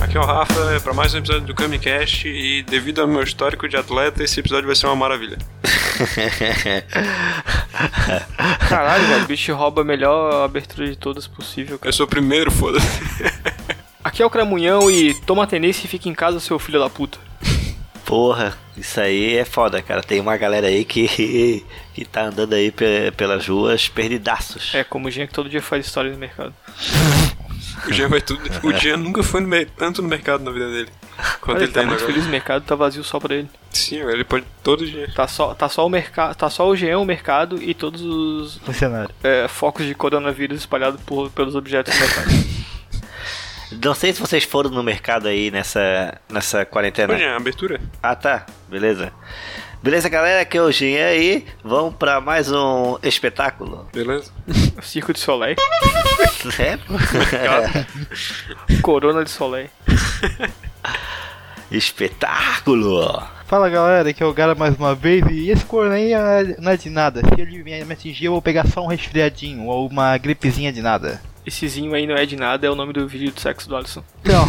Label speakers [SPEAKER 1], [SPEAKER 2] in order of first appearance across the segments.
[SPEAKER 1] aqui é o Rafa para mais um episódio do Camicast e devido ao meu histórico de atleta, esse episódio vai ser uma maravilha.
[SPEAKER 2] Caralho, velho, o bicho rouba a melhor abertura de todas possível, cara.
[SPEAKER 1] Eu sou o primeiro, foda-se.
[SPEAKER 2] Aqui é o Cramunhão e toma tenência e fica em casa, seu filho da puta.
[SPEAKER 3] Porra, isso aí é foda, cara. Tem uma galera aí que, que tá andando aí pe- pelas ruas perdidaços.
[SPEAKER 2] É, como o Jean que todo dia faz história no mercado.
[SPEAKER 1] O Jean vai tudo. O Jean nunca foi no mer- tanto no mercado na vida dele. Quanto
[SPEAKER 2] Olha,
[SPEAKER 1] ele tá indo
[SPEAKER 2] muito
[SPEAKER 1] agora.
[SPEAKER 2] feliz no mercado, tá vazio só pra ele.
[SPEAKER 1] Sim, ele pode todo dia.
[SPEAKER 2] Tá só, tá só o mercado, tá só o Jean, o mercado e todos os
[SPEAKER 4] Funcionário.
[SPEAKER 2] é, focos de coronavírus espalhados por, pelos objetos do mercado.
[SPEAKER 3] Não sei se vocês foram no mercado aí nessa, nessa
[SPEAKER 2] É, né?
[SPEAKER 1] Ô,
[SPEAKER 3] quarentena.
[SPEAKER 1] Jean, abertura?
[SPEAKER 3] Ah tá, beleza. Beleza, galera, aqui é o Jean aí. Vamos pra mais um espetáculo.
[SPEAKER 1] Beleza?
[SPEAKER 2] O Circo de Soleil,
[SPEAKER 3] É?
[SPEAKER 2] Corona de Soleil.
[SPEAKER 3] espetáculo!
[SPEAKER 4] Fala galera, aqui é o Gara mais uma vez e esse corno aí ah, não é de nada. Se ele me me atingir, eu vou pegar só um resfriadinho ou uma gripezinha de nada.
[SPEAKER 2] Esse zinho aí não é de nada, é o nome do vídeo do sexo do Alisson.
[SPEAKER 4] Então,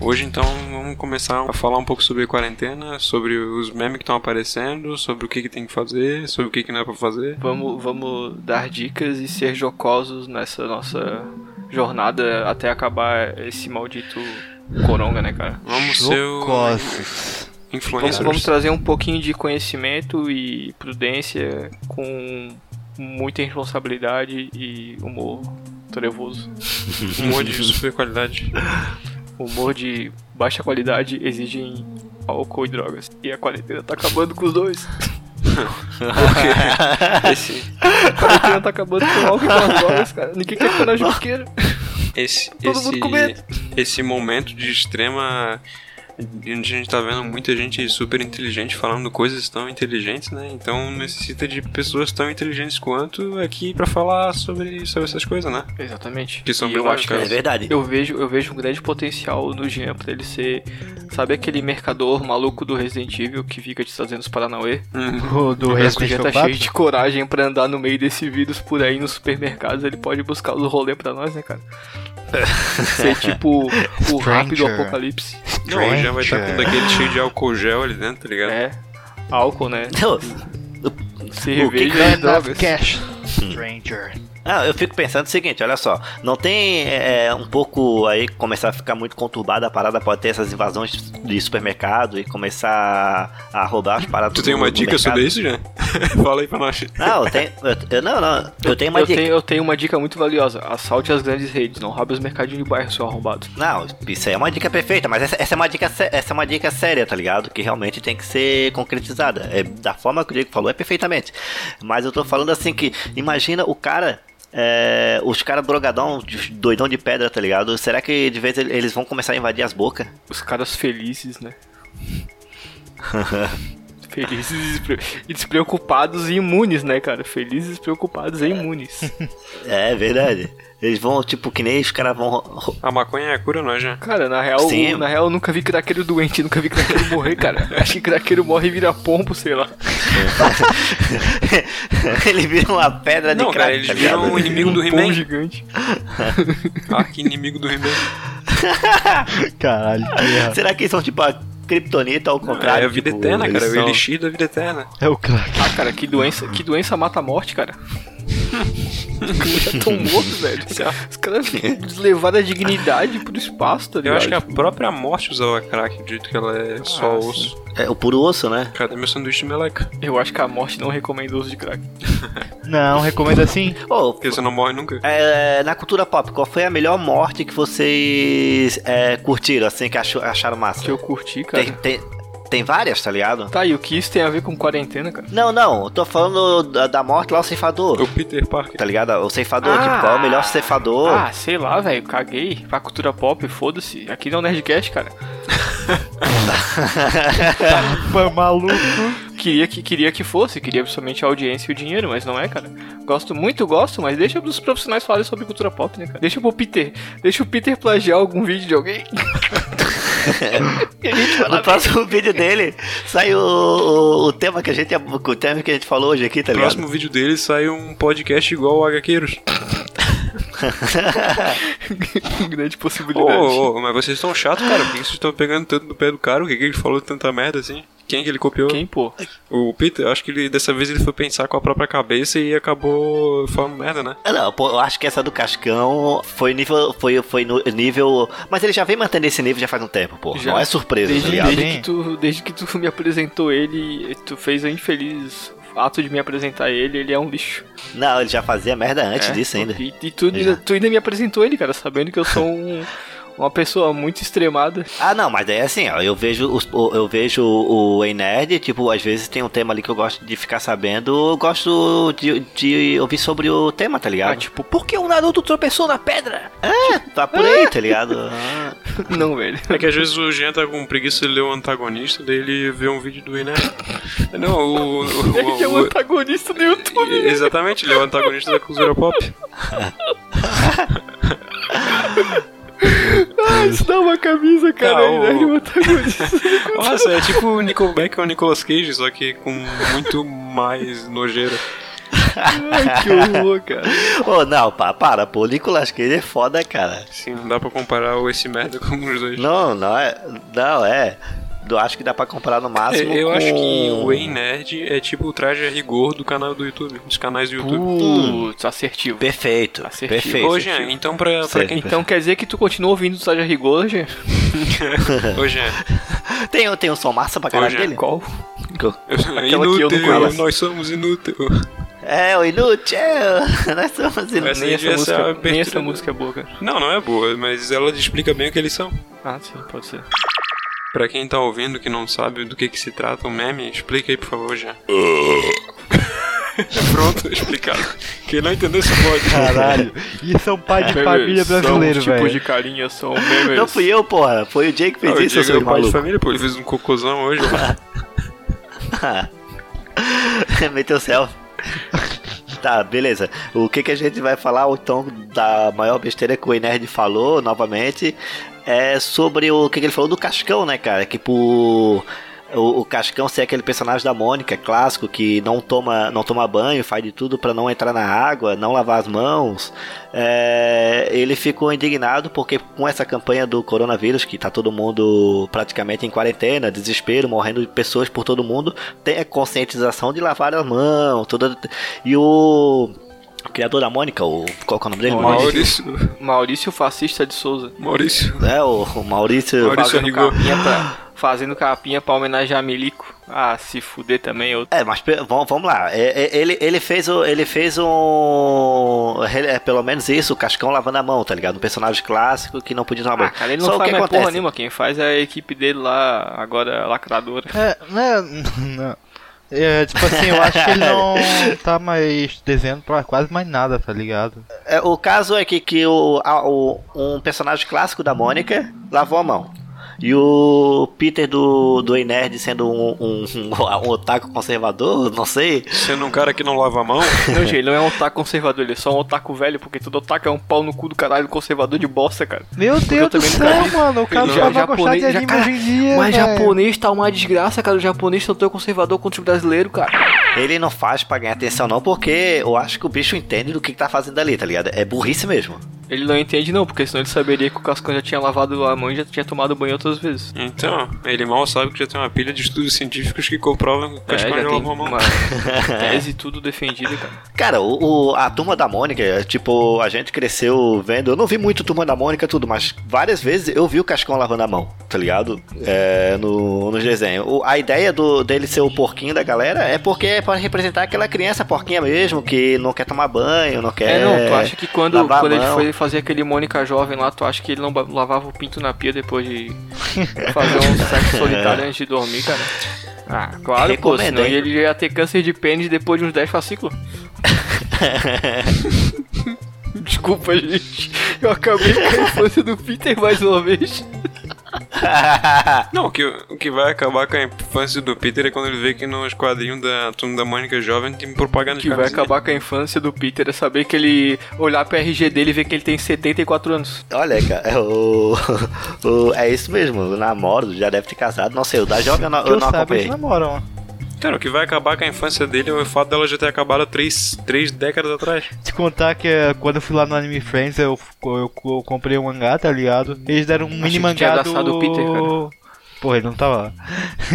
[SPEAKER 1] Hoje então vamos começar a falar um pouco sobre a quarentena, sobre os memes que estão aparecendo, sobre o que, que tem que fazer, sobre o que, que não é pra fazer.
[SPEAKER 2] Vamos, vamos dar dicas e ser jocosos nessa nossa jornada até acabar esse maldito coronga, né, cara?
[SPEAKER 1] Vamos ser o
[SPEAKER 4] jocosos.
[SPEAKER 2] Vamos,
[SPEAKER 1] influencers.
[SPEAKER 2] vamos trazer um pouquinho de conhecimento e prudência com muita responsabilidade e humor trevoso.
[SPEAKER 1] um monte de super qualidade.
[SPEAKER 2] Humor de baixa qualidade exigem álcool e drogas. E a quarentena tá acabando com os dois.
[SPEAKER 1] Esse,
[SPEAKER 2] A quarentena tá acabando com álcool e com as drogas, cara. Ninguém quer ficar na churrasqueira.
[SPEAKER 1] esse,
[SPEAKER 2] Todo
[SPEAKER 1] esse,
[SPEAKER 2] mundo com medo.
[SPEAKER 1] esse momento de extrema. onde a gente tá vendo muita gente super inteligente falando coisas tão inteligentes, né? Então necessita de pessoas tão inteligentes quanto aqui pra falar sobre, sobre essas coisas, né?
[SPEAKER 2] Exatamente.
[SPEAKER 1] Que são
[SPEAKER 2] E eu
[SPEAKER 1] brilhantes,
[SPEAKER 2] acho que
[SPEAKER 1] cara.
[SPEAKER 3] É verdade.
[SPEAKER 2] Eu vejo, eu vejo um grande potencial no Jean pra ele ser. Sabe aquele mercador maluco do Resident Evil que fica te trazendo os Paranauê?
[SPEAKER 4] O do
[SPEAKER 2] O
[SPEAKER 4] Resident
[SPEAKER 2] Jean tá
[SPEAKER 4] Evil
[SPEAKER 2] cheio
[SPEAKER 4] 4.
[SPEAKER 2] de coragem pra andar no meio desse vírus por aí nos supermercados. Ele pode buscar os rolê pra nós, né, cara? Ser tipo o rápido
[SPEAKER 4] Stranger.
[SPEAKER 2] apocalipse.
[SPEAKER 1] Não, ele Tipo, já vai estar com
[SPEAKER 4] Stranger.
[SPEAKER 1] daquele cheio de álcool gel ali dentro, tá ligado?
[SPEAKER 2] É. Álcool, né?
[SPEAKER 3] Não,
[SPEAKER 2] Cerveja e
[SPEAKER 4] Gun of
[SPEAKER 2] drogas.
[SPEAKER 4] Cash. Stranger.
[SPEAKER 3] Ah, eu fico pensando o seguinte, olha só, não tem é, um pouco aí que começar a ficar muito conturbada a parada, pode ter essas invasões de supermercado e começar a roubar as paradas.
[SPEAKER 1] Tu tem
[SPEAKER 3] do-
[SPEAKER 1] uma
[SPEAKER 3] do
[SPEAKER 1] dica
[SPEAKER 3] mercado.
[SPEAKER 1] sobre isso, Jean? Fala aí pra nós.
[SPEAKER 3] Não, eu tenho, eu- eu- não, não, eu tenho uma
[SPEAKER 2] Eu
[SPEAKER 3] dica.
[SPEAKER 2] tenho, eu tenho uma dica muito valiosa. Assalte as grandes redes, não roube os mercadinhos de bairro, seu arrombado.
[SPEAKER 3] Não, isso aí é uma dica perfeita, mas essa, essa é uma dica, sé- essa é uma dica séria, tá ligado? Que realmente tem que ser concretizada. É, da forma que o Diego falou, é perfeitamente. Mas eu tô falando assim que, imagina o cara, é, os caras drogadão, de- doidão de pedra, tá ligado? Será que de vez ele- eles vão começar a invadir as bocas?
[SPEAKER 2] Os caras felizes, né? Felizes e despre- e despreocupados e imunes, né, cara? Felizes, despreocupados e imunes.
[SPEAKER 3] É verdade. Eles vão, tipo, que nem os caras vão. ro-
[SPEAKER 1] A maconha é a cura, nós, Jean.
[SPEAKER 2] Cara, na real,
[SPEAKER 3] Sim.
[SPEAKER 2] na real, eu nunca vi craqueiro doente, nunca vi craqueiro morrer, cara. Acho que craqueiro morre e vira pombo, sei lá.
[SPEAKER 3] eles viram uma pedra de
[SPEAKER 1] Não, cara,
[SPEAKER 3] crack,
[SPEAKER 1] eles
[SPEAKER 3] tá ligado?
[SPEAKER 1] viram o inimigo do
[SPEAKER 2] um pombo
[SPEAKER 1] He-Man.
[SPEAKER 2] gigante.
[SPEAKER 1] Ah, que inimigo do He-Man.
[SPEAKER 4] Caralho, que erra.
[SPEAKER 3] Será que eles são tipo a Kryptonita ao contrário?
[SPEAKER 1] é a vida
[SPEAKER 3] Tipo,
[SPEAKER 1] eterna,
[SPEAKER 3] eles
[SPEAKER 1] cara.
[SPEAKER 3] são-
[SPEAKER 1] O elixir da vida eterna.
[SPEAKER 4] É o crack.
[SPEAKER 2] Ah, cara, que doença, que doença mata a morte, cara. Os caras tão mortos, velho. Os caras levaram a dignidade pro espaço, tá
[SPEAKER 1] Eu
[SPEAKER 2] ligado?
[SPEAKER 1] acho que a própria morte usava crack, dito que ela é só
[SPEAKER 2] sim.
[SPEAKER 1] osso.
[SPEAKER 3] É o puro osso, né?
[SPEAKER 1] Cadê meu sanduíche meleca?
[SPEAKER 2] Eu acho que a morte não recomenda o uso de crack.
[SPEAKER 4] Não, recomendo assim.
[SPEAKER 3] Ô,
[SPEAKER 1] Porque você não morre nunca.
[SPEAKER 3] É, na cultura pop, qual foi a melhor morte que vocês é, curtiram, assim, que achou- acharam massa?
[SPEAKER 2] Que eu curti, cara.
[SPEAKER 3] tem, tem, tem várias, tá ligado?
[SPEAKER 2] Tá, e o que isso tem a ver com quarentena, cara?
[SPEAKER 3] Não, não, eu tô falando da, da morte lá, o ceifador,
[SPEAKER 1] O Peter Parker.
[SPEAKER 3] tá ligado? O ceifador,
[SPEAKER 2] Ah.
[SPEAKER 3] tipo, qual é o melhor ceifador?
[SPEAKER 2] Ah, sei lá, velho, caguei. Pra cultura pop, foda-se. Aqui não é o Nerdcast, cara.
[SPEAKER 4] Foi maluco.
[SPEAKER 2] Queria que, queria que fosse, queria somente a audiência e o dinheiro, mas não é, cara. Gosto muito, gosto, mas deixa os profissionais falarem sobre cultura pop, né, cara? Deixa o Peter, deixa o Peter plagiar algum vídeo de alguém.
[SPEAKER 3] no próximo vídeo dele sai o, o, o tema que a gente o tema que a gente falou hoje aqui, tá
[SPEAKER 1] No
[SPEAKER 3] ligado?
[SPEAKER 1] próximo vídeo dele sai um podcast igual o HQueiros.
[SPEAKER 2] Grande
[SPEAKER 1] Ô,
[SPEAKER 2] possibilidade.
[SPEAKER 1] ô, ô, mas vocês estão chatos, cara. Por que vocês estão pegando tanto do pé do cara? O que, que ele falou tanta merda assim? Quem que ele copiou?
[SPEAKER 2] Quem, pô?
[SPEAKER 1] O Peter, acho que ele, dessa vez ele foi pensar com a própria cabeça e acabou falando merda, né?
[SPEAKER 3] Ah, Não, pô, eu acho que essa do Cascão foi nível. Foi, foi no nível. Mas ele já vem mantendo esse nível já faz um tempo, pô.
[SPEAKER 2] Já.
[SPEAKER 3] Não é surpresa, tá
[SPEAKER 2] Desde,
[SPEAKER 3] ligado?
[SPEAKER 2] desde
[SPEAKER 4] Sim.
[SPEAKER 2] que tu, desde que tu me apresentou ele, tu fez o infeliz ato de me apresentar ele, ele é um lixo.
[SPEAKER 3] Não, ele já fazia merda antes
[SPEAKER 2] É,
[SPEAKER 3] disso ainda.
[SPEAKER 2] E, e tu,
[SPEAKER 3] Já.
[SPEAKER 2] ainda, tu ainda me apresentou ele, cara, sabendo que eu sou um- uma pessoa muito extremada.
[SPEAKER 3] Ah, não, mas daí é assim, ó, eu vejo os, o- eu vejo o Ei Nerd, tipo, às vezes tem um tema ali que eu gosto de ficar sabendo, eu gosto de, de ouvir sobre o tema, tá
[SPEAKER 2] Ah,
[SPEAKER 3] ligado?
[SPEAKER 2] tipo, por que o Naruto tropeçou na pedra?
[SPEAKER 3] É, tá por aí, tá ligado?
[SPEAKER 2] Não, velho.
[SPEAKER 1] É que às vezes o Jean tá com preguiça de ler o antagonista, daí ele vê um vídeo do Iné. Não, o. o,
[SPEAKER 2] Ele que é
[SPEAKER 1] o,
[SPEAKER 2] o antagonista do YouTube.
[SPEAKER 1] exatamente, ele é o antagonista da cultura pop.
[SPEAKER 2] Ah, isso dá uma camisa, cara.
[SPEAKER 1] Ah,
[SPEAKER 2] ele é
[SPEAKER 1] o-
[SPEAKER 2] o antagonista.
[SPEAKER 1] Nossa, é tipo o Nickelback ou o Nicolas Cage, só que com muito mais nojeira.
[SPEAKER 2] Ai, que horror, cara.
[SPEAKER 3] Ô, não, pá, para, pô, o Nicolas Cage é foda, cara.
[SPEAKER 1] Sim, não dá pra comparar o esse merda com os dois.
[SPEAKER 3] Não, não é, não é. Eu acho que dá pra comparar no máximo
[SPEAKER 1] É, eu acho que
[SPEAKER 3] com-
[SPEAKER 1] o Ei Nerd é tipo o traje a rigor do canal do YouTube, dos canais do YouTube.
[SPEAKER 2] Putz, assertivo.
[SPEAKER 3] Hum, Perfeito,
[SPEAKER 2] Acertei.
[SPEAKER 3] perfeito.
[SPEAKER 1] Ô, Jean, então pra, pra
[SPEAKER 3] Certo.
[SPEAKER 1] quem.
[SPEAKER 2] Então quer dizer que tu continua ouvindo o Saja Rigor, Jean?
[SPEAKER 1] Ô, Jean,
[SPEAKER 3] Tem, tem um som massa pra caralho
[SPEAKER 1] Jean,
[SPEAKER 3] dele?
[SPEAKER 2] Qual?
[SPEAKER 1] eu,
[SPEAKER 2] que eu não
[SPEAKER 1] inútil,
[SPEAKER 2] conheço.
[SPEAKER 1] nós somos inútil.
[SPEAKER 3] É, o inútil, é, nós somos
[SPEAKER 1] Essa
[SPEAKER 3] inúteis.
[SPEAKER 2] Nem
[SPEAKER 1] devia
[SPEAKER 2] essa,
[SPEAKER 1] ser a
[SPEAKER 2] música,
[SPEAKER 1] abertura
[SPEAKER 2] nem essa
[SPEAKER 1] do-
[SPEAKER 2] música é boa, cara.
[SPEAKER 1] Não, não é boa, mas ela explica bem o que eles são.
[SPEAKER 2] Ah, sim, pode ser.
[SPEAKER 1] Pra quem tá ouvindo que não sabe do que, que se trata o meme, explica aí, por favor, já. Pronto, explicado. Quem não entendeu, se pode.
[SPEAKER 4] Caralho, isso é um pai de família brasileiro,
[SPEAKER 2] são
[SPEAKER 4] velho.
[SPEAKER 2] tipo de carinha, são memes.
[SPEAKER 3] Não fui eu, porra. Foi o Jake que fez
[SPEAKER 1] Não,
[SPEAKER 3] isso,
[SPEAKER 1] eu
[SPEAKER 3] seu
[SPEAKER 1] digo, pai de
[SPEAKER 3] maluco.
[SPEAKER 1] família, pô, ele fez um cocôzão hoje.
[SPEAKER 3] Meteu selfie. Tá, beleza. O que, que a gente vai falar, então, da maior besteira que o Nerd falou, novamente, é sobre o que, que ele falou do Cascão, né, cara? Que por... O, o Cascão ser aquele personagem da Mônica, clássico, que não toma, não toma banho, faz de tudo pra não entrar na água, não lavar as mãos. É, ele ficou indignado porque com essa campanha do coronavírus, que tá todo mundo praticamente em quarentena, desespero, morrendo de pessoas por todo mundo, tem a conscientização de lavar as mãos, toda... E o... o criador da Mônica, o... qual que é o nome dele?
[SPEAKER 1] Maurício,
[SPEAKER 2] Maurício Fascista de Souza.
[SPEAKER 1] Maurício,
[SPEAKER 3] É, o, o Maurício.
[SPEAKER 1] Maurício.
[SPEAKER 2] Fazendo
[SPEAKER 1] Rigor.
[SPEAKER 2] capinha, pra, fazendo capinha pra homenagear Milico. Ah, se fuder também, eu...
[SPEAKER 3] É, mas pe- vamos, vamos lá. É, é, ele, ele fez o, ele fez um. ele- é, pelo menos isso, o Cascão lavando a mão, tá ligado? Um personagem clássico que não podia tomar
[SPEAKER 2] Ah,
[SPEAKER 3] banho.
[SPEAKER 2] cara, ele não
[SPEAKER 3] Só o
[SPEAKER 2] faz
[SPEAKER 3] que
[SPEAKER 2] mais
[SPEAKER 3] acontece?
[SPEAKER 2] porra nenhuma. Quem faz é a equipe dele lá, agora lacradora.
[SPEAKER 4] É, né? Não. É, tipo assim, eu acho que ele não tá mais desenhando pra quase mais nada, tá ligado?
[SPEAKER 3] É, o caso é que, que o, a- o- um personagem clássico da Mônica lavou a mão. E o Peter do, do Ei Nerd sendo um, um, um otaku conservador, não sei.
[SPEAKER 1] sendo um cara que não lava a mão,
[SPEAKER 2] Não, gente, ele não é um otaku conservador, ele é só um otaku velho, porque todo otaku é um pau no cu do caralho conservador de bosta, cara.
[SPEAKER 4] Meu Deus do
[SPEAKER 2] também nunca
[SPEAKER 4] céu,
[SPEAKER 2] vi.
[SPEAKER 4] mano, o cara
[SPEAKER 1] Não,
[SPEAKER 4] só vai
[SPEAKER 2] japonês-
[SPEAKER 4] gostar de
[SPEAKER 2] já-
[SPEAKER 4] anime
[SPEAKER 2] cara,
[SPEAKER 4] hoje em dia.
[SPEAKER 2] Mas
[SPEAKER 4] velho.
[SPEAKER 2] japonês tá uma desgraça, cara. O japonês só tão conservador contra o brasileiro, cara.
[SPEAKER 3] Ele não faz pra ganhar atenção, não, porque eu acho que o bicho entende do que, que tá fazendo ali, tá ligado? É burrice mesmo.
[SPEAKER 2] Ele não entende, não, porque senão ele saberia que o Cascão já tinha lavado a mão e já tinha tomado banho outras vezes.
[SPEAKER 1] então, ele mal sabe que já tem uma pilha de estudos científicos que comprovam que o
[SPEAKER 2] É, já
[SPEAKER 1] Cascão
[SPEAKER 2] tem
[SPEAKER 1] não lavou a mão.
[SPEAKER 2] uma tese tudo defendida, cara.
[SPEAKER 3] Cara, o, o- a turma da Mônica, tipo, a gente cresceu vendo. Eu não vi muito turma da Mônica, tudo, mas várias vezes eu vi o Cascão lavando a mão, tá ligado? É, no, nos desenhos. O- a ideia do, dele ser o porquinho da galera é porque é pra representar aquela criança porquinha mesmo, que não quer tomar banho, não quer.
[SPEAKER 2] É, não, tu acha que quando,
[SPEAKER 3] lavar a
[SPEAKER 2] quando ele
[SPEAKER 3] mão.
[SPEAKER 2] foi fazer aquele Mônica jovem lá, tu acha que ele não ba- lavava o pinto na pia depois de fazer um sexo solitário antes de dormir, cara? Ah, claro, pô,
[SPEAKER 3] Recomendo,
[SPEAKER 2] senão
[SPEAKER 3] hein?
[SPEAKER 2] ele ia ter câncer de pênis depois de uns 10 fascículos. Desculpa, gente. Eu acabei com a infância do Peter mais uma vez.
[SPEAKER 1] Ah, Não, o que, o que vai acabar com a infância do Peter é quando ele vê que nos quadrinhos da turma da Mônica Jovem tem propaganda de
[SPEAKER 2] O que vai
[SPEAKER 1] camisinha.
[SPEAKER 2] acabar com a infância do Peter é saber que ele olhar pro RG dele e ver que ele tem 74 anos.
[SPEAKER 3] Olha, cara, é o, o- É isso mesmo, o namoro, já deve ter casado. Não sei, o da jovem eu não,
[SPEAKER 4] Que
[SPEAKER 3] eu
[SPEAKER 4] eu
[SPEAKER 3] não
[SPEAKER 4] saiba, eles
[SPEAKER 3] acompanhei.
[SPEAKER 4] namoram.
[SPEAKER 1] Cara, o que vai acabar com a infância dele é o fato dela já ter acabado três, três décadas atrás.
[SPEAKER 4] Te contar que eh, quando eu fui lá no Anime Friends, eu, eu, eu comprei um mangá, tá ligado? Eles deram um mini
[SPEAKER 2] que
[SPEAKER 4] mangá
[SPEAKER 2] tinha
[SPEAKER 4] do...
[SPEAKER 2] abraçado o Peter,
[SPEAKER 4] Porra, ele não tava lá.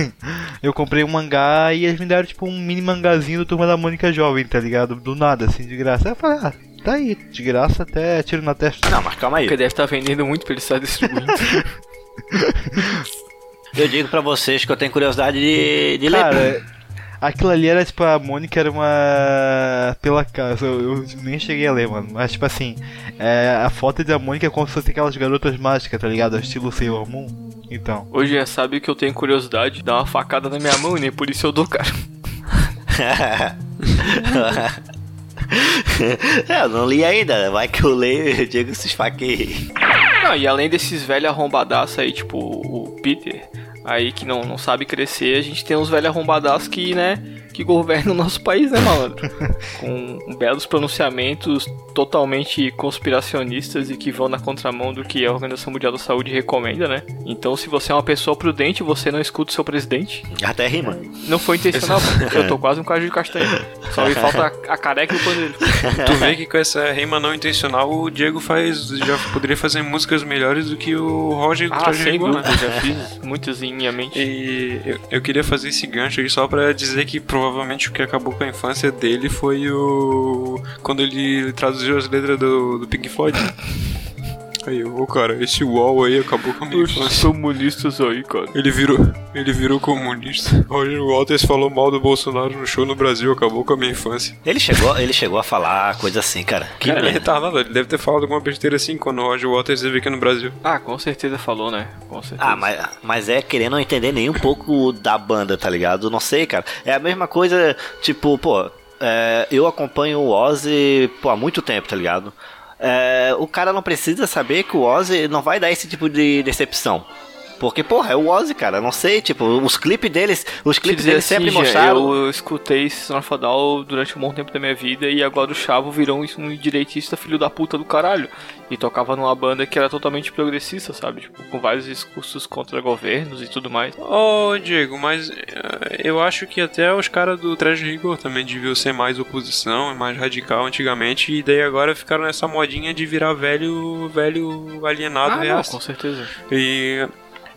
[SPEAKER 4] eu comprei um mangá e eles me deram tipo um mini mangazinho do Turma da Mônica Jovem, tá ligado? Do nada, assim, de graça. Aí eu falei, ah, tá aí, de graça até tiro na testa.
[SPEAKER 3] Não, mas calma aí.
[SPEAKER 2] Porque deve estar vendendo muito pra ele estar distribuindo.
[SPEAKER 3] Eu digo pra vocês que eu tenho curiosidade de, de ler.
[SPEAKER 4] Cara, aquilo ali era tipo, a Mônica era uma. Pela casa, eu, eu nem cheguei a ler, mano. Mas tipo assim, é, a foto da Mônica é como se fosse aquelas garotas mágicas, tá ligado? Estilo Sailor Moon. Então.
[SPEAKER 2] Hoje já sabe que eu tenho curiosidade, dá uma facada na minha mão e nem por isso eu dou, cara.
[SPEAKER 3] é, eu não li ainda. Vai que eu leio e o Diego se esfaqueie.
[SPEAKER 2] Não, e além desses velhos arrombadaços aí, tipo o Peter, aí que não, não sabe crescer, a gente tem uns velhos arrombadaços que, né, que governam o nosso país, né, malandro? Com belos pronunciamentos totalmente conspiracionistas e que vão na contramão do que a Organização Mundial da Saúde recomenda, né? Então, se você é uma pessoa prudente, você não escuta o seu presidente.
[SPEAKER 3] Até rima.
[SPEAKER 2] Não foi intencional, pô. eu tô quase um caju de castanho. Só me falta a, a careca e o pandeiro.
[SPEAKER 1] Tu vê que com essa rima não intencional o Diego faz. já poderia fazer músicas melhores do que o Roger do
[SPEAKER 2] Ah,
[SPEAKER 1] Traje
[SPEAKER 2] sem
[SPEAKER 1] Rigor, né?
[SPEAKER 2] dúvida, já fiz muitas em minha mente.
[SPEAKER 1] E eu, eu queria fazer esse gancho aí só pra dizer que provavelmente o que acabou com a infância dele foi o. quando ele traduziu as letras do, do Pink Floyd. Aí, ô cara, esse wall aí acabou com a minha infância.
[SPEAKER 2] Os comunistas aí, cara.
[SPEAKER 1] Ele virou, ele virou comunista. Roger Waters falou mal do Bolsonaro no show no Brasil, acabou com a minha infância.
[SPEAKER 3] Ele chegou, ele chegou a falar coisa assim, cara. Que
[SPEAKER 1] cara, ele é
[SPEAKER 3] merda.
[SPEAKER 1] retardado, ele deve ter falado alguma besteira assim quando o Roger Waters veio aqui no Brasil.
[SPEAKER 2] Ah, com certeza falou, né? Com certeza.
[SPEAKER 3] Ah, mas, mas é querendo não entender nem um pouco da banda, tá ligado? Não sei, cara. É a mesma coisa, tipo, pô, é, eu acompanho o Ozzy pô, há muito tempo, tá ligado? É, o cara não precisa saber que o Ozzy não vai dar esse tipo de decepção. Porque, porra, é o Ozzy, cara. Não sei, tipo, os clipes deles, os
[SPEAKER 2] Te
[SPEAKER 3] clipes
[SPEAKER 2] dizer
[SPEAKER 3] deles sempre
[SPEAKER 2] assim, Gê,
[SPEAKER 3] mostraram.
[SPEAKER 2] Eu escutei Sonafadal durante um bom tempo da minha vida e agora o Chavo virou um- um direitista filho da puta do caralho. E tocava numa banda que era totalmente progressista, sabe? Tipo, com vários discursos contra governos e tudo mais.
[SPEAKER 1] Ô, Diego, mas eh, eu acho que até os caras do Trash Rigor também deviam ser mais oposição e mais radical antigamente, e daí agora ficaram nessa modinha de virar velho, velho alienado
[SPEAKER 2] ah, não,
[SPEAKER 1] reaça.
[SPEAKER 2] com certeza.
[SPEAKER 1] E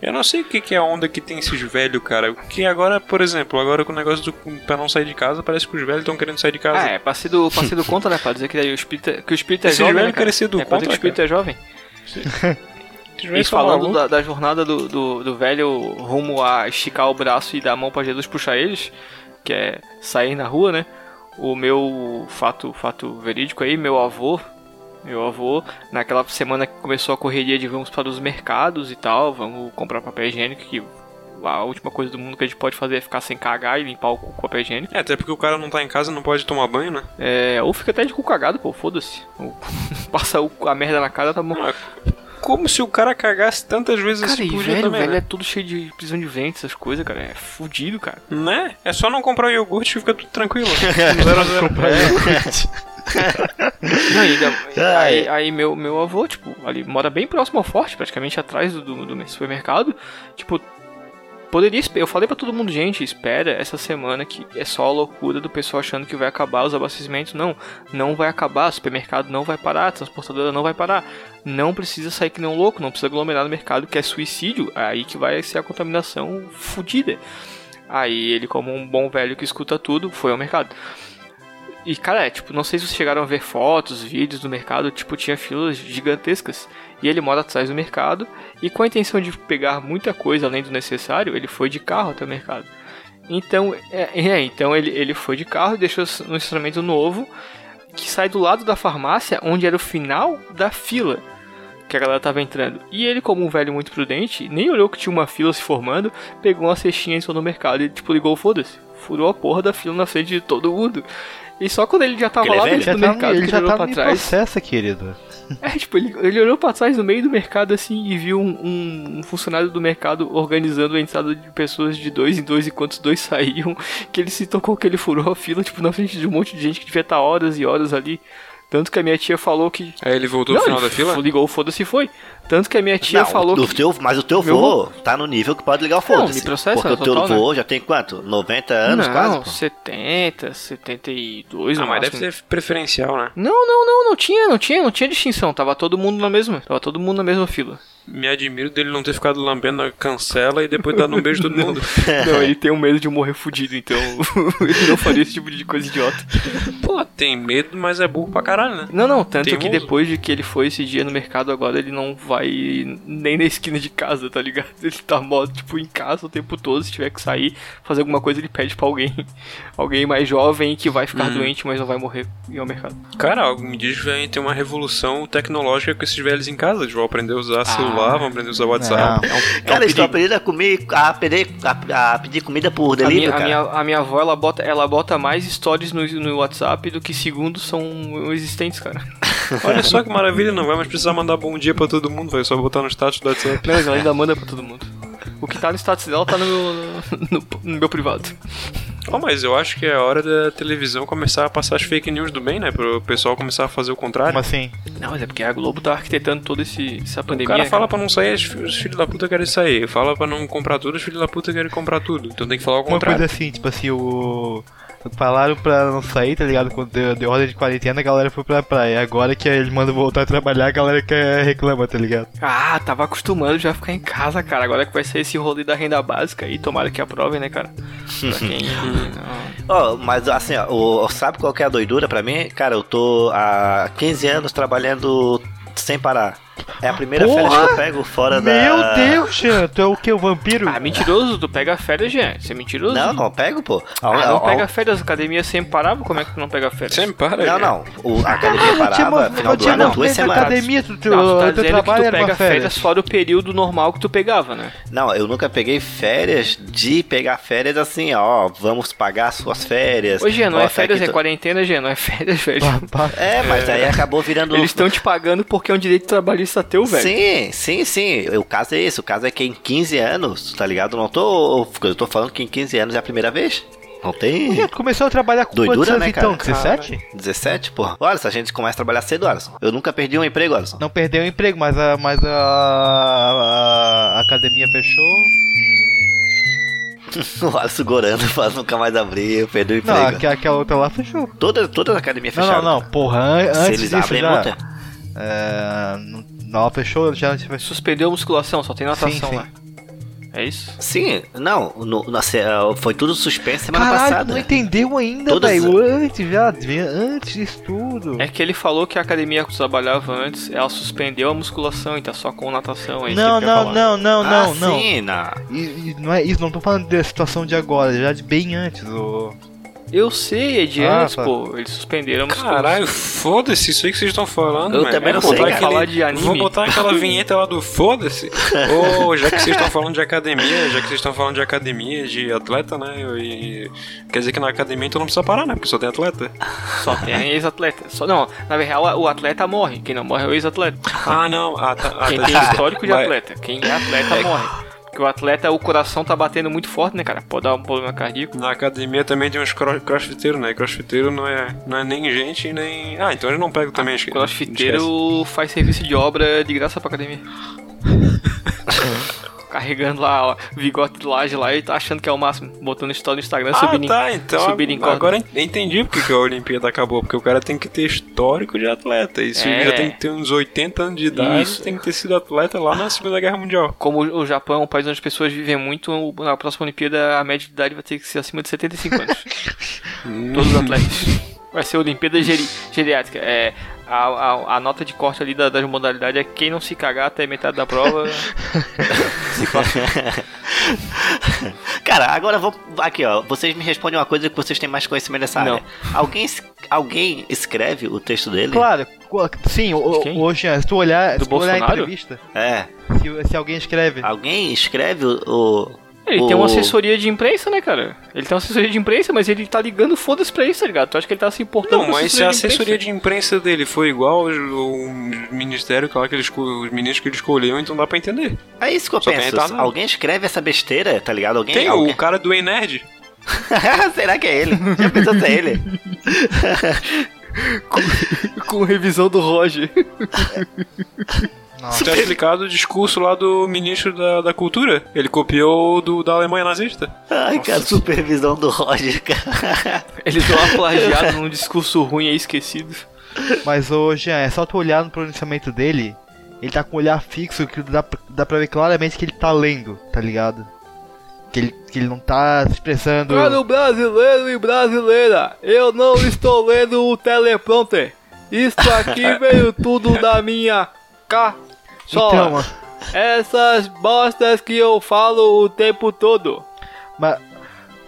[SPEAKER 1] eu não sei o que, que é a onda que tem esses velhos, cara. Porque agora, por exemplo, agora com o negócio do pra não sair de casa, parece que os velhos estão querendo sair de casa.
[SPEAKER 2] Ah, é, passei do, passei do contra, né? Pra dizer que daí o espírito é, que o espírito é
[SPEAKER 1] Esse
[SPEAKER 2] jovem.
[SPEAKER 1] velho
[SPEAKER 2] Né, cara?
[SPEAKER 1] crescer do
[SPEAKER 2] é, pra dizer que
[SPEAKER 1] contra,
[SPEAKER 2] o espírito é jovem.
[SPEAKER 1] Esses
[SPEAKER 2] E
[SPEAKER 1] velhos são
[SPEAKER 2] falando
[SPEAKER 1] malucos.
[SPEAKER 2] da, da jornada do, do, do velho rumo a esticar o braço e dar a mão pra Jesus puxar eles, que é sair na rua, né? O meu fato, fato verídico aí, meu avô, meu avô, naquela semana que começou a correria de vamos para os mercados e tal, vamos comprar papel higiênico, que a última coisa do mundo que a gente pode fazer é ficar sem cagar e limpar o cu com papel higiênico.
[SPEAKER 1] É, até porque o cara não tá em casa não pode tomar banho, né?
[SPEAKER 2] É, ou fica até de cu cagado, pô, foda-se. Ou Passa o- a merda na cara, tá bom.
[SPEAKER 1] Como se o cara cagasse tantas vezes
[SPEAKER 2] Cara,
[SPEAKER 1] assim
[SPEAKER 2] e
[SPEAKER 1] por dia
[SPEAKER 2] velho,
[SPEAKER 1] também,
[SPEAKER 2] velho
[SPEAKER 1] né?
[SPEAKER 2] é tudo cheio de prisão de ventre, essas coisas, cara. É fudido, cara.
[SPEAKER 1] Né? É só não comprar o iogurte e fica tudo tranquilo.
[SPEAKER 2] Não, e ainda-
[SPEAKER 3] Ah,
[SPEAKER 2] aí,
[SPEAKER 3] é.
[SPEAKER 2] aí meu, meu avô, tipo, ali mora bem próximo ao forte, praticamente atrás do, do, do supermercado. Tipo, poderia. espe- Eu falei pra todo mundo, gente, espera essa semana que é só a loucura do pessoal achando que vai acabar os abastecimentos. Não, não vai acabar, supermercado não vai parar, transportadora não vai parar. Não precisa sair que nem um louco, não precisa aglomerar no mercado, que é suicídio. Aí que vai ser a contaminação fodida. Aí ele, como um bom velho que escuta tudo, foi ao mercado. E, cara, é, tipo, não sei se vocês chegaram a ver fotos, vídeos do mercado, tipo, tinha filas gigantescas. E ele mora atrás do mercado, e com a intenção de pegar muita coisa além do necessário, ele foi de carro até o mercado. Então, é, é, então ele, ele foi de carro, deixou um estacionamento novo, que sai do lado da farmácia, onde era o final da fila que a galera tava entrando. E ele, como um velho muito prudente, nem olhou que tinha uma fila se formando, pegou uma cestinha e entrou no mercado e, tipo, ligou, foda-se. furou a porra da fila na frente de todo mundo. E só quando ele já tava
[SPEAKER 3] Porque ele é
[SPEAKER 2] lá
[SPEAKER 3] velho?
[SPEAKER 2] dentro
[SPEAKER 4] Já
[SPEAKER 2] do
[SPEAKER 4] tá,
[SPEAKER 2] mercado,
[SPEAKER 4] ele
[SPEAKER 2] que
[SPEAKER 4] já
[SPEAKER 2] ele olhou
[SPEAKER 4] tá
[SPEAKER 2] pra
[SPEAKER 4] em
[SPEAKER 2] trás.
[SPEAKER 4] processo, querido.
[SPEAKER 2] É, tipo, ele, ele olhou pra trás no meio do mercado assim e viu um, um- um funcionário do mercado organizando a entrada de pessoas de dois em dois enquanto os dois saíam. Que ele se tocou que ele furou a fila, tipo, na frente de um monte de gente que devia estar horas e horas ali. Tanto que a minha tia falou que.
[SPEAKER 1] Aí ele voltou no final
[SPEAKER 2] ele
[SPEAKER 1] da fila?
[SPEAKER 2] f- Ligou, o foda-se e foi. Tanto que a minha tia
[SPEAKER 3] Não,
[SPEAKER 2] falou
[SPEAKER 3] o
[SPEAKER 2] que.
[SPEAKER 3] teu, mas o teu
[SPEAKER 2] Meu
[SPEAKER 3] vô tá no nível que pode ligar o foda-se.
[SPEAKER 2] me processa,
[SPEAKER 3] Porque o teu
[SPEAKER 2] total, né?
[SPEAKER 3] vô já tem quanto? 90 anos
[SPEAKER 2] não,
[SPEAKER 3] quase? pô.
[SPEAKER 2] 70, 72,
[SPEAKER 1] Ah,
[SPEAKER 2] no
[SPEAKER 1] mas deve
[SPEAKER 2] máximo.
[SPEAKER 1] ser preferencial, né?
[SPEAKER 2] Não, não, não, não tinha, não tinha, não tinha distinção. Tava todo mundo na mesma. Tava todo mundo na mesma fila.
[SPEAKER 1] Me admiro dele não ter ficado lambendo a cancela e depois dando um beijo em todo mundo.
[SPEAKER 2] Não, ele tem um medo de morrer fudido, então ele não faria esse tipo de coisa idiota.
[SPEAKER 1] Pô, tem medo, mas é burro pra caralho, né?
[SPEAKER 2] Não, não, tanto que
[SPEAKER 1] Teimoso.
[SPEAKER 2] depois de que ele foi esse dia no mercado, agora ele não vai nem na esquina de casa, tá ligado? Ele tá mó, tipo, em casa o tempo todo, se tiver que sair, fazer alguma coisa, ele pede pra alguém. Alguém mais jovem que vai ficar doente, mas não vai morrer e ir ao mercado.
[SPEAKER 1] Cara, algo me diz que vai ter uma revolução tecnológica com esses velhos em casa. Eles vão aprender a usar celular, vão aprender a usar WhatsApp.
[SPEAKER 4] Não.
[SPEAKER 3] Cara, eles estão aprendendo a comer, a, perder- a- a pedir comida por
[SPEAKER 2] A
[SPEAKER 3] delírio,
[SPEAKER 2] minha, a,
[SPEAKER 3] cara.
[SPEAKER 2] minha, a minha avó, ela bota, ela bota mais stories no, no WhatsApp do que segundos são existentes, cara.
[SPEAKER 1] Olha só que maravilha, não vai mais precisar mandar bom dia pra todo mundo, vai só botar no status do WhatsApp.
[SPEAKER 2] Não, mas ela ainda manda pra todo mundo. O que tá no status dela tá no meu, no, no meu privado.
[SPEAKER 1] Ó, mas eu acho que é hora da televisão começar a passar as fake news do bem, né? Pro pessoal começar a fazer o contrário.
[SPEAKER 4] Como assim?
[SPEAKER 2] Não, mas é porque a Globo tá arquitetando toda esse, essa
[SPEAKER 1] o
[SPEAKER 2] pandemia. né?
[SPEAKER 1] cara fala pra não sair, os fi- os filhos da puta querem sair. Fala pra não comprar tudo, os filhos da puta querem comprar tudo. Então tem que falar o
[SPEAKER 4] Uma coisa
[SPEAKER 1] contrário.
[SPEAKER 4] assim, tipo assim, o. Falaram pra não sair, tá ligado? Quando deu, deu ordem de quarentena, a galera foi pra praia. Agora que eles mandam voltar a trabalhar, a galera quer reclama, tá ligado?
[SPEAKER 2] Ah, tava acostumando já a ficar em casa, cara. Agora é que vai ser esse rolê da renda básica aí, tomara que aprovem, né, cara? Pra quem. não.
[SPEAKER 3] Ó, mas assim, ó, o- sabe qual que é a doidura pra mim? Cara, eu tô há 15 anos trabalhando sem parar. É a primeira
[SPEAKER 4] Porra!
[SPEAKER 3] férias que eu pego fora da...
[SPEAKER 4] Meu Deus, Jean, tu é o que? O vampiro?
[SPEAKER 2] Ah, mentiroso, tu pega férias, Jean. Você é mentiroso?
[SPEAKER 3] Não, não pego, pô. A-
[SPEAKER 2] Ah, não
[SPEAKER 3] a- a-
[SPEAKER 2] pega férias, a academia sempre parava? Como é que tu não pega férias?
[SPEAKER 1] Sempre para,
[SPEAKER 3] Não,
[SPEAKER 1] gente.
[SPEAKER 3] não. O, a academia parava no final do ano, duas semanas.
[SPEAKER 4] academia, tu, tu,
[SPEAKER 2] Não, tu tá
[SPEAKER 4] teu
[SPEAKER 2] dizendo que tu
[SPEAKER 4] trabalho era
[SPEAKER 2] pega
[SPEAKER 4] uma
[SPEAKER 2] férias
[SPEAKER 4] férias.
[SPEAKER 2] fora o período normal que tu pegava, né?
[SPEAKER 3] Não, eu nunca peguei férias de pegar férias assim, ó. Vamos pagar suas férias.
[SPEAKER 2] Ô, Jean, não
[SPEAKER 3] Ó,
[SPEAKER 2] é
[SPEAKER 3] tá
[SPEAKER 2] férias,
[SPEAKER 3] aqui
[SPEAKER 2] é
[SPEAKER 3] tu-
[SPEAKER 2] quarentena, Jean, não é férias, velho.
[SPEAKER 4] Pá, pá.
[SPEAKER 3] É, mas aí acabou virando.
[SPEAKER 2] Eles estão te pagando porque é um direito trabalhista teu, velho.
[SPEAKER 3] Sim, sim, sim. O caso é esse. O caso é que em 15 anos, tá ligado? Não tô. Eu tô falando que em 15 anos é a primeira vez. Não tem.
[SPEAKER 4] Tu começou a trabalhar com
[SPEAKER 3] Doidura,
[SPEAKER 4] quantos anos
[SPEAKER 3] né, cara?
[SPEAKER 4] então? 17?
[SPEAKER 3] 17, porra. Olha, se a gente começa a trabalhar cedo, Alisson. Eu nunca perdi um emprego, Alisson.
[SPEAKER 4] Não perdeu o emprego, mas a, mas a, a- a academia fechou.
[SPEAKER 3] O Alisson gorando, mas nunca mais abriu, perdeu o
[SPEAKER 4] Não,
[SPEAKER 3] emprego.
[SPEAKER 4] aqua- aquela outra lá fechou.
[SPEAKER 3] Toda, toda a academia
[SPEAKER 4] Não,
[SPEAKER 3] fechada.
[SPEAKER 4] não, não, porra, an-
[SPEAKER 3] Se
[SPEAKER 4] antes
[SPEAKER 3] eles
[SPEAKER 4] disso
[SPEAKER 3] abrem,
[SPEAKER 4] já...
[SPEAKER 3] multa.
[SPEAKER 4] É, não- não, ela fechou, já fechou.
[SPEAKER 2] Suspendeu a musculação, só tem natação
[SPEAKER 4] Sim, sim.
[SPEAKER 2] lá. É isso?
[SPEAKER 3] Sim, não. No, na se- ah, foi tudo suspenso semana
[SPEAKER 4] Caralho, tu
[SPEAKER 3] passada.
[SPEAKER 4] não entendeu ainda,
[SPEAKER 3] Todas-
[SPEAKER 4] velho. Antes, viado, vi- antes disso tudo.
[SPEAKER 2] É que ele falou que a academia que tu trabalhava antes, ela suspendeu a musculação e tá só com natação. É isso
[SPEAKER 4] não,
[SPEAKER 2] que ele quer
[SPEAKER 4] não,
[SPEAKER 2] falar.
[SPEAKER 4] não, não, não,
[SPEAKER 3] ah,
[SPEAKER 4] não.
[SPEAKER 3] Sim, na...
[SPEAKER 4] E- e não é isso, não tô falando da situação de agora, já de bem antes. ô.
[SPEAKER 2] Eu sei, é de
[SPEAKER 4] Ah,
[SPEAKER 2] antes,
[SPEAKER 4] tá.
[SPEAKER 2] pô. Eles suspenderam a musculação.
[SPEAKER 1] Caralho, foda-se isso aí que vocês estão falando.
[SPEAKER 3] Eu
[SPEAKER 1] mano.
[SPEAKER 3] também não
[SPEAKER 1] Vou
[SPEAKER 3] sei,
[SPEAKER 1] botar
[SPEAKER 3] cara.
[SPEAKER 2] Falar de anime.
[SPEAKER 1] Vou botar aquela vinheta lá do foda-se. Ô, já que vocês estão falando de academia, já que vocês estão falando de academia, de atleta, né? E, quer dizer que na academia então não precisa parar, né? Porque só tem atleta.
[SPEAKER 2] Só tem ex-atleta. Só, não, na real, o atleta morre. Quem não morre é o ex-atleta.
[SPEAKER 1] Ah, não. Ah, tá. Ah,
[SPEAKER 2] Quem
[SPEAKER 1] tá.
[SPEAKER 2] tem histórico de
[SPEAKER 1] Mas-
[SPEAKER 2] atleta. Quem é atleta morre. Porque o atleta, o coração tá batendo muito forte, né, cara? Pode dar um problema cardíaco.
[SPEAKER 1] Na academia também tem uns cro- crossfiteiros, né? Crossfiteiro não é, não é nem gente, nem. Ah, então eles não pegam também. esque-
[SPEAKER 2] O crossfiteiro faz serviço de obra de graça pra academia. Carregando lá, ó, vigote de laje lá e tá achando que é o máximo. Botando história no Instagram, é subindo
[SPEAKER 1] Ah,
[SPEAKER 2] em-
[SPEAKER 1] tá, então
[SPEAKER 2] subindo em corda.
[SPEAKER 1] agora en- entendi porque que a Olimpíada acabou, porque o cara tem que ter histórico de atleta, e se
[SPEAKER 2] É.
[SPEAKER 1] ele já tem que ter uns 80 anos de idade,
[SPEAKER 2] Isso.
[SPEAKER 1] tem que ter sido atleta lá na Segunda Guerra Mundial.
[SPEAKER 2] Como o Japão é um país onde as pessoas vivem muito, o- na próxima Olimpíada a média de idade vai ter que ser acima de 75 anos. Todos os atletas. Vai ser a Olimpíada geri- geriátrica. É, a, a- a nota de corte ali da, das modalidades é quem não se cagar até metade da prova.
[SPEAKER 3] Cara, agora vou. Aqui, ó. Vocês me respondem uma coisa que vocês têm mais conhecimento dessa
[SPEAKER 2] Não.
[SPEAKER 3] área. Alguém, es- alguém escreve o texto dele?
[SPEAKER 4] Claro, co- sim, o-
[SPEAKER 2] Quem?
[SPEAKER 4] o- hoje, se tu olhar,
[SPEAKER 2] Do
[SPEAKER 4] se tu olhar a
[SPEAKER 2] Bolsonaro?
[SPEAKER 4] entrevista,
[SPEAKER 3] É.
[SPEAKER 4] se, se alguém escreve.
[SPEAKER 3] Alguém escreve o. o-
[SPEAKER 2] Ele tem uma
[SPEAKER 3] O-
[SPEAKER 2] assessoria de imprensa, né, cara? Ele tem uma assessoria de imprensa, mas ele tá ligando foda-se pra isso, tá ligado? Tu acha que ele tá se importando
[SPEAKER 1] Não,
[SPEAKER 2] com
[SPEAKER 1] mas se a assessoria
[SPEAKER 2] assessoria de imprensa?
[SPEAKER 1] de imprensa dele foi igual o ministério que lá que ele escol- os ministros que ele escolheu, então dá pra entender.
[SPEAKER 3] É isso que eu
[SPEAKER 1] Só que aí
[SPEAKER 3] penso.
[SPEAKER 1] tá na-
[SPEAKER 3] Alguém escreve essa besteira, tá ligado? Alguém.
[SPEAKER 1] Tem
[SPEAKER 3] alguém...
[SPEAKER 1] o cara do E-Nerd.
[SPEAKER 3] Será que é ele? Já pensou se é ele?
[SPEAKER 2] Com revisão do Roger.
[SPEAKER 1] Tá explicado o discurso lá do ministro da, da cultura. Ele copiou do da Alemanha nazista.
[SPEAKER 3] Ai, cara, supervisão do Roger, cara.
[SPEAKER 2] Ele deu uma plagiada num discurso ruim aí esquecido.
[SPEAKER 4] Mas ô Jean, é só tu olhar no pronunciamento dele, ele tá com o olhar fixo, que dá, pra- dá pra ver claramente que ele tá lendo, tá ligado? Que ele, que ele não tá se expressando.
[SPEAKER 2] brasileiro e brasileira, eu não estou lendo o teleprompter. Isto aqui veio tudo da minha
[SPEAKER 4] então,
[SPEAKER 2] cachola.
[SPEAKER 4] mano,
[SPEAKER 2] Essas bostas que eu falo o tempo todo.
[SPEAKER 4] mas,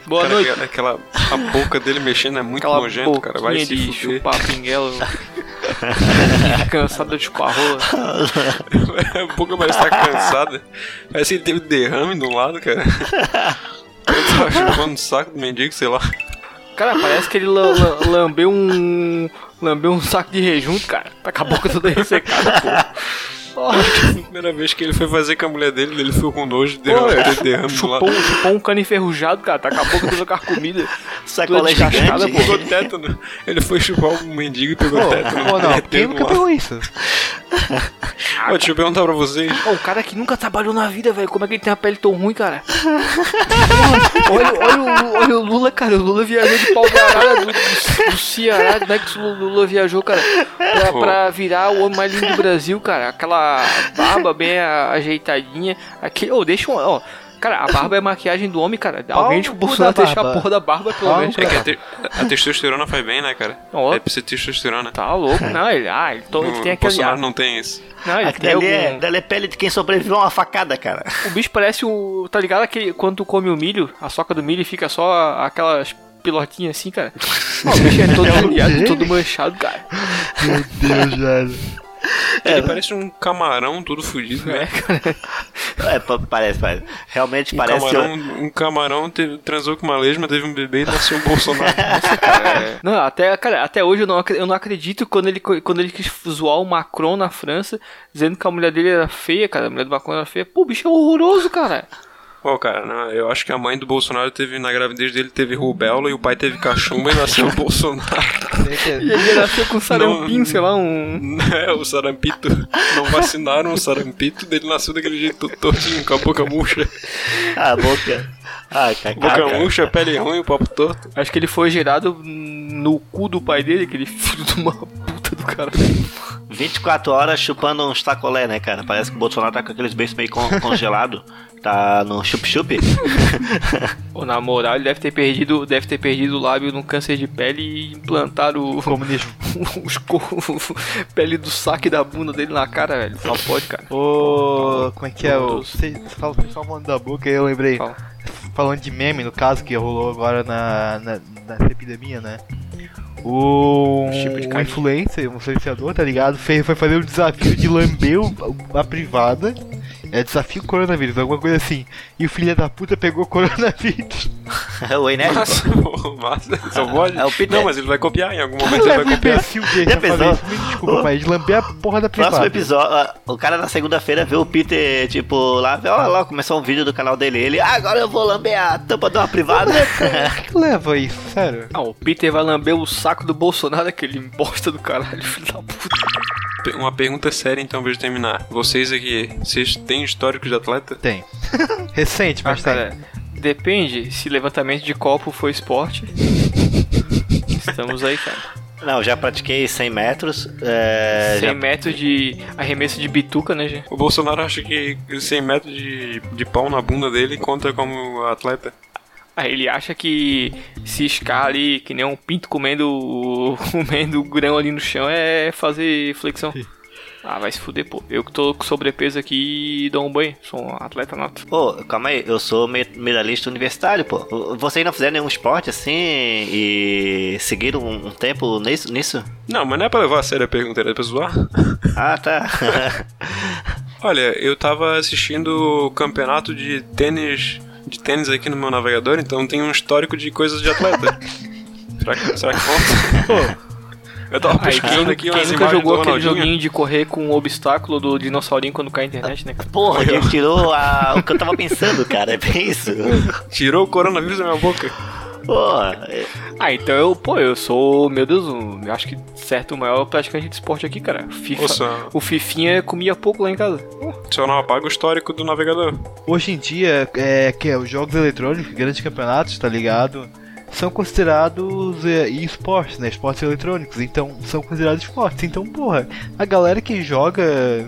[SPEAKER 2] Boa
[SPEAKER 1] Cara,
[SPEAKER 2] noite.
[SPEAKER 1] Aquela, a boca dele mexendo é muito
[SPEAKER 2] Cala
[SPEAKER 1] nojento,
[SPEAKER 2] boquinha
[SPEAKER 1] cara. Vai
[SPEAKER 2] de
[SPEAKER 1] se fuder.
[SPEAKER 2] chupar pinguelo. Cansado de chupar rola.
[SPEAKER 1] a boca parece estar cansada. Parece que ele teve derrame do lado, cara. Ele tava chupando o saco do mendigo, sei lá.
[SPEAKER 2] Cara, parece que ele la- la- lambeu um. lambeu um saco de rejunto, cara. Tá com a boca toda ressecada, pô.
[SPEAKER 1] Primeira vez que ele foi fazer com a mulher dele, ele ficou com nojo, deu
[SPEAKER 2] Pô,
[SPEAKER 1] teve derrame do lado.
[SPEAKER 2] Chupou, um- chupou um cano enferrujado, cara. Tá com a boca toda carcomida.
[SPEAKER 3] Sacola
[SPEAKER 2] descascada,
[SPEAKER 3] gigante.
[SPEAKER 2] pô.
[SPEAKER 1] Pegou tétano. Ele foi chupar um mendigo e pegou
[SPEAKER 4] pô,
[SPEAKER 1] tétano.
[SPEAKER 4] pô, não, quem
[SPEAKER 1] Derretendo
[SPEAKER 4] nunca
[SPEAKER 1] lá.
[SPEAKER 4] pegou isso?
[SPEAKER 1] Ó, deixa eu perguntar pra vocês.
[SPEAKER 2] Ô, o cara que nunca trabalhou na vida, velho. Como é que ele tem a pele tão ruim, cara? Porra, olha, olha, o, Lu- olha o Lula, cara. O Lula viajou de pau baralho do, do, do Ceará. Como é que o Lula viajou, cara? Pra,
[SPEAKER 1] Pô.
[SPEAKER 2] pra virar o homem mais lindo do Brasil, cara. Aquela barba bem a- ajeitadinha. Aqui, ô, deixa um. Ó, cara, a barba é maquiagem do homem, cara.
[SPEAKER 4] Pau
[SPEAKER 2] Alguém
[SPEAKER 4] no
[SPEAKER 2] tipo o
[SPEAKER 4] cu da
[SPEAKER 2] Bolsonaro deixa a
[SPEAKER 4] barba.
[SPEAKER 2] porra da barba, pelo
[SPEAKER 4] Pau
[SPEAKER 2] menos.
[SPEAKER 4] no
[SPEAKER 1] É que a, te- a testosterona faz bem, né, cara?
[SPEAKER 2] Ó.
[SPEAKER 1] É pra ser testosterona.
[SPEAKER 2] Tá louco, não. Ele, ah, ele, to- ele
[SPEAKER 1] O
[SPEAKER 2] tem aquele.
[SPEAKER 1] Bolsonaro
[SPEAKER 2] ar.
[SPEAKER 1] não tem isso.
[SPEAKER 2] Não, ele tem
[SPEAKER 3] Aquilo ali é,
[SPEAKER 2] algum,
[SPEAKER 3] dali é pele de quem sobreviveu a uma facada, cara.
[SPEAKER 2] O bicho parece o. Tá ligado aquele. Quando tu come o milho, a soca do milho e fica só aquelas pilotinhas assim, cara. Ó, o bicho é todo juliado, todo manchado, cara.
[SPEAKER 4] Meu Deus, velho.
[SPEAKER 2] É.
[SPEAKER 1] Ele parece um camarão todo fudido, né?
[SPEAKER 3] É, pa- parece, parece. Realmente
[SPEAKER 1] Um
[SPEAKER 3] parece.
[SPEAKER 1] camarão, um camarão teve- transou com uma lesma, teve um bebê e nasceu um Bolsonaro. Nossa, cara,
[SPEAKER 2] Não, até, cara, até hoje eu não, acre- eu não acredito quando ele, co- quando ele quis zoar o Macron na França, dizendo que a mulher dele era feia, cara. A mulher do Macron era feia. Pô, o bicho é horroroso, cara.
[SPEAKER 1] Pô, cara, não, eu acho que a mãe do Bolsonaro teve, na gravidez dele, teve rubéola e o pai teve cachumba e nasceu o Bolsonaro.
[SPEAKER 2] E ele nasceu com sarampinho,
[SPEAKER 1] Não.
[SPEAKER 2] sei lá, um.
[SPEAKER 1] É, o sarampito. Não vacinaram o sarampito, dele nasceu daquele jeito todo tortinho, com a boca murcha.
[SPEAKER 3] Ah, boca. Ah, cara.
[SPEAKER 1] Boca um,
[SPEAKER 3] cara.
[SPEAKER 1] murcha, pele ruim, o papo torto.
[SPEAKER 2] Acho que ele foi gerado hum, no cu do pai dele, aquele filho de uma puta do cara.
[SPEAKER 3] 24 horas chupando uns tacolé, né, cara? Parece que o Bolsonaro tá com aqueles beijos meio con congelado. Tá no chup-chup.
[SPEAKER 2] Pô, na moral, ele deve ter perdido, deve ter perdido o lábio num câncer de pele e implantaram o,
[SPEAKER 4] Comunismo.
[SPEAKER 2] os co- pele do saque da bunda dele na cara, velho. Só pode, cara.
[SPEAKER 4] Ô, como é que é? O,
[SPEAKER 2] Todos.
[SPEAKER 4] vocês falam- vocês estavam falando da boca aí, eu lembrei.
[SPEAKER 2] Fala.
[SPEAKER 4] Falando de meme, no caso, que rolou agora na, na, nessa epidemia, né? O,
[SPEAKER 2] Chip de
[SPEAKER 4] um
[SPEAKER 2] carne.
[SPEAKER 4] influencer, um influenciador, tá ligado? Fez, foi fazer um desafio de lamber o- a privada. É desafio coronavírus, alguma coisa assim. E o filho da puta pegou coronavírus.
[SPEAKER 3] É o Enéas.
[SPEAKER 1] Massa, pô, massa. Tá Só pode.
[SPEAKER 3] É o Peter.
[SPEAKER 1] Não, mas ele vai copiar, em algum momento
[SPEAKER 4] Mas
[SPEAKER 1] ele
[SPEAKER 4] é um
[SPEAKER 1] vai copiar.
[SPEAKER 4] imbecil desse,
[SPEAKER 3] Já
[SPEAKER 4] eu falei
[SPEAKER 3] pensou?
[SPEAKER 4] isso. Me desculpa, mas lamber a porra da
[SPEAKER 3] Próximo
[SPEAKER 4] privada.
[SPEAKER 3] episódio, ah, o cara na segunda-feira vê o Peter, tipo, lá, olha lá, começou um vídeo do canal dele. Ele, ah, agora eu vou lamber a tampa de uma privada.
[SPEAKER 4] O que leva a isso, sério?
[SPEAKER 2] Ah, o Peter vai lamber o saco do Bolsonaro, aquele bosta do caralho, filho da puta.
[SPEAKER 1] Pe- Uma pergunta séria, então, pra gente terminar. Vocês aqui, vocês têm histórico de atleta?
[SPEAKER 4] Tem. Recente, mas tem.
[SPEAKER 2] Cara, depende se levantamento de copo foi esporte. Estamos aí, cara.
[SPEAKER 3] Não, já pratiquei 100 metros. É,
[SPEAKER 2] 100
[SPEAKER 3] já-
[SPEAKER 2] metros de arremesso de bituca, né, gente?
[SPEAKER 1] O Bolsonaro acha que 100 metros de, de pau na bunda dele conta como atleta.
[SPEAKER 2] Aí ele acha que se escar ali, que nem um pinto comendo, comendo grão ali no chão, é fazer flexão. Ah, vai se fuder, pô. Eu que tô com sobrepeso aqui e dou um banho. Sou um atleta nato.
[SPEAKER 3] Pô, calma aí, eu sou me- medalhista universitário, pô. O- Vocês não fizeram nenhum esporte assim e seguiram um um tempo nisso? nisso?
[SPEAKER 1] Não, mas não é pra levar a sério a pergunta, era pra zoar.
[SPEAKER 3] Ah, tá.
[SPEAKER 1] Olha, eu tava assistindo o campeonato de tênis de tênis aqui no meu navegador, então tem um histórico de coisas de atleta. será, que, será que conta?
[SPEAKER 2] Pô,
[SPEAKER 1] Eu tava
[SPEAKER 2] aí,
[SPEAKER 1] pesquisando
[SPEAKER 2] quem,
[SPEAKER 1] aqui
[SPEAKER 2] quem
[SPEAKER 1] umas
[SPEAKER 2] nunca
[SPEAKER 1] imagens
[SPEAKER 2] jogou
[SPEAKER 1] do
[SPEAKER 2] aquele
[SPEAKER 1] Ronaldinho.
[SPEAKER 2] joguinho de correr com o obstáculo do dinossaurinho quando cai a internet, né? cara?
[SPEAKER 3] Porra, ele tirou a- o que eu tava pensando, cara. É bem isso.
[SPEAKER 1] Tirou o coronavírus da minha boca.
[SPEAKER 3] Porra,
[SPEAKER 2] Ah, então eu, pô, eu sou, meu Deus, um- eu acho que certo o maior praticante de esporte aqui, cara. FIFA.
[SPEAKER 1] Ouça,
[SPEAKER 2] O Fifinha comia pouco lá em casa.
[SPEAKER 1] se eu não apago o histórico do navegador.
[SPEAKER 4] Hoje em dia, é, que é, os jogos eletrônicos, grandes campeonatos, tá ligado? São considerados é, esportes, né? Esportes eletrônicos, então são considerados esportes. Então, porra, a galera que joga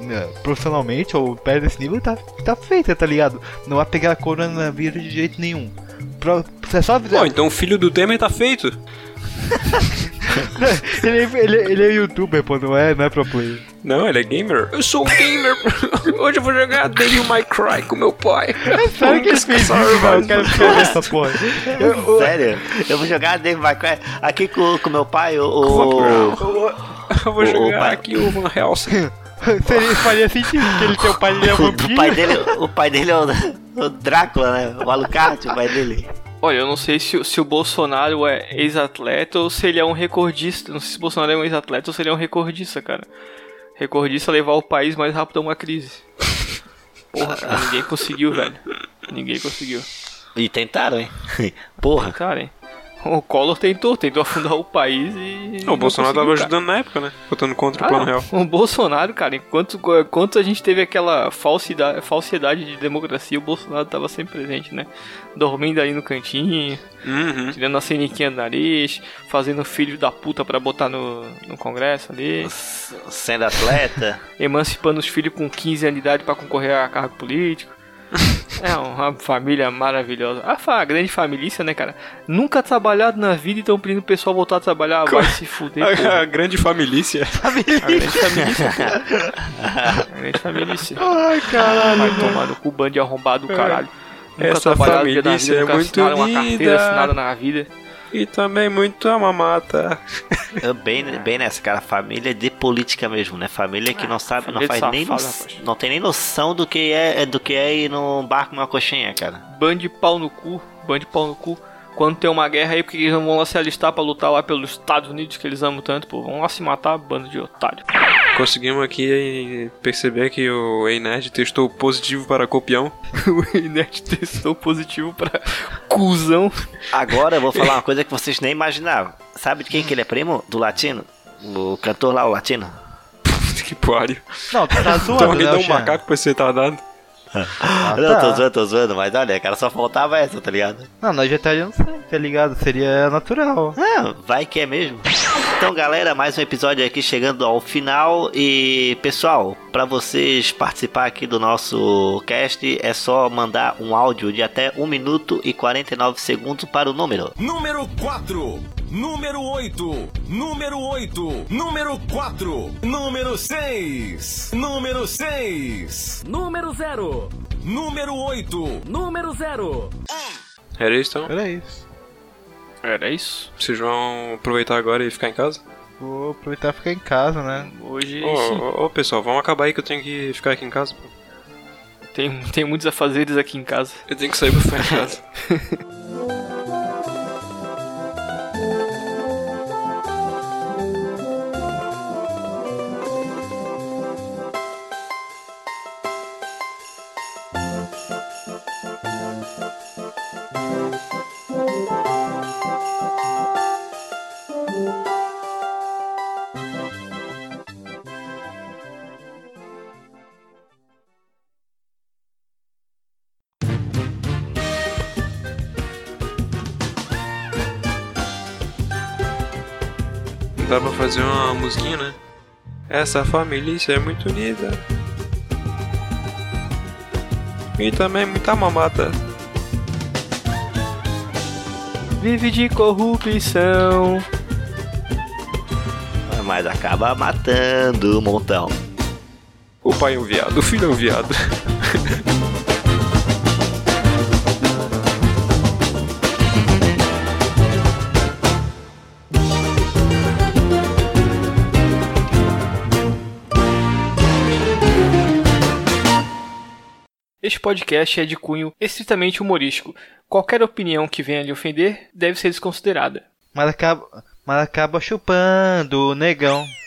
[SPEAKER 4] né, profissionalmente ou perde esse nível tá, tá feita, tá ligado? Não vai pegar coronavírus de jeito nenhum. Pro, é só
[SPEAKER 1] Bom, então o filho do Temer tá feito.
[SPEAKER 4] ele, é- ele, é- ele é youtuber, pô, não é, não é pro player.
[SPEAKER 1] Não, ele é gamer. Eu sou um gamer. Hoje eu vou jogar Devil May Cry com meu pai. É
[SPEAKER 4] Sério que ele fez isso, mano? Eu quero saber essa porra. Eu- eu-
[SPEAKER 3] sério. Eu vou jogar Devil May Cry aqui com, com meu pai, o... o...
[SPEAKER 1] Eu vou
[SPEAKER 3] Ô,
[SPEAKER 1] jogar
[SPEAKER 3] pai.
[SPEAKER 1] aqui o Van Helsing.
[SPEAKER 4] Seria, faria sentido, porque ele, teu pai ele é um
[SPEAKER 3] O
[SPEAKER 4] vampiro.
[SPEAKER 3] pai dele, o pai dele é o, o Drácula, né? O Alucard, o pai dele.
[SPEAKER 2] Olha, eu não sei se, o- se o Bolsonaro é ex-atleta ou se ele é um recordista. Não sei se o Bolsonaro é um ex-atleta ou se ele é um recordista, cara. Recordista é levar o país mais rápido a uma crise. Porra, cara, ninguém conseguiu, velho. Ninguém conseguiu.
[SPEAKER 3] E tentaram, hein? Porra.
[SPEAKER 2] Cara, hein? O Collor tentou, tentou afundar o país e.
[SPEAKER 1] O
[SPEAKER 2] não
[SPEAKER 1] Bolsonaro tava
[SPEAKER 2] conseguiu, cara.
[SPEAKER 1] ajudando na época, né? Botando contra o
[SPEAKER 2] Ah,
[SPEAKER 1] plano
[SPEAKER 2] não.
[SPEAKER 1] real.
[SPEAKER 2] O Bolsonaro, cara, enquanto, enquanto a gente teve aquela falsidade, falsidade de democracia, o Bolsonaro tava sempre presente, né? Dormindo ali no cantinho,
[SPEAKER 1] Uhum.
[SPEAKER 2] tirando a ceniquinha do nariz, fazendo filho da puta pra botar no, no congresso ali,
[SPEAKER 3] Sendo atleta.
[SPEAKER 2] emancipando os filhos com 15 anos de idade pra concorrer a cargo político. É uma família maravilhosa. A, fa- a grande família, né, cara? Nunca trabalhado na vida e tão pedindo o pessoal voltar a trabalhar. Vai se fuder, porra.
[SPEAKER 1] A, a grande família.
[SPEAKER 2] A grande família. A grande família. Ai, caralho. Vai tomar no cu, bando de arrombado do caralho. Nunca
[SPEAKER 1] É. Essa
[SPEAKER 2] trabalharam dia da
[SPEAKER 1] família
[SPEAKER 2] vida,
[SPEAKER 1] é
[SPEAKER 2] nunca
[SPEAKER 1] muito
[SPEAKER 2] assinaram uma carteira
[SPEAKER 1] linda.
[SPEAKER 2] assinada na vida.
[SPEAKER 1] E também muito a mamata.
[SPEAKER 3] Eu bem, bem nessa, cara. Família de política mesmo, né? Família que não sabe, não
[SPEAKER 2] família
[SPEAKER 3] faz
[SPEAKER 2] de
[SPEAKER 3] nem
[SPEAKER 2] safado,
[SPEAKER 3] noção-
[SPEAKER 2] rapaz.
[SPEAKER 3] Não tem nem noção do que é, é do que é ir num bar com uma coxinha, cara.
[SPEAKER 2] Bando de pau no cu, bando de pau no cu. Quando tem uma guerra aí, porque eles não vão lá se alistar pra lutar lá pelos Estados Unidos que eles amam tanto, pô. Vão lá se matar, bando de otário.
[SPEAKER 1] Conseguimos aqui perceber que o Einerd testou positivo para copião.
[SPEAKER 2] o Inert testou positivo pra cuzão.
[SPEAKER 3] Agora eu vou falar uma coisa que vocês nem imaginavam. Sabe de quem que ele é primo? Do latino? O cantor lá, o latino?
[SPEAKER 1] Puta que pariu.
[SPEAKER 4] Não, tu tá
[SPEAKER 1] Então ele
[SPEAKER 4] zoando, né,
[SPEAKER 1] deu um
[SPEAKER 4] Alexandre?
[SPEAKER 1] macaco pra esse retardado.
[SPEAKER 4] Ah,
[SPEAKER 3] não, tô
[SPEAKER 4] tá.
[SPEAKER 3] zoando, tô zoando, mas olha, cara, só faltava essa, tá ligado?
[SPEAKER 4] Não, nós já estaríamos certo, tá ligado? Seria natural.
[SPEAKER 3] Ah, vai que é mesmo. Então, galera, mais um episódio aqui chegando ao final. E, pessoal, pra vocês participar aqui do nosso cast, é só mandar um áudio de até 1 minuto e 49 segundos para o número.
[SPEAKER 5] Número 4. Número 8. Número 8. Número 4. Número 6. Número 6.
[SPEAKER 6] Número zero,
[SPEAKER 5] Número 8.
[SPEAKER 6] Número zero,
[SPEAKER 1] Era isso então?
[SPEAKER 4] Era isso.
[SPEAKER 2] Era isso.
[SPEAKER 1] Vocês vão aproveitar agora e ficar em casa?
[SPEAKER 4] Vou aproveitar e ficar em casa, né?
[SPEAKER 2] Hoje,
[SPEAKER 1] Ô,
[SPEAKER 2] sim.
[SPEAKER 1] ô, ô, pessoal, vamos acabar aí que eu tenho que ficar aqui em casa. pô.
[SPEAKER 2] Tem, tem muitos afazeres aqui em casa.
[SPEAKER 1] Eu tenho que sair pra ficar em casa. Dá pra fazer uma musiquinha, né? Essa família é muito unida. E também muita mamata.
[SPEAKER 2] Vive de corrupção.
[SPEAKER 3] Mas acaba matando um montão.
[SPEAKER 1] O pai é um viado, o filho é um viado.
[SPEAKER 2] Este podcast é de cunho estritamente humorístico. Qualquer opinião que venha lhe ofender deve ser desconsiderada.
[SPEAKER 4] Mas acaba, mas acaba chupando, negão.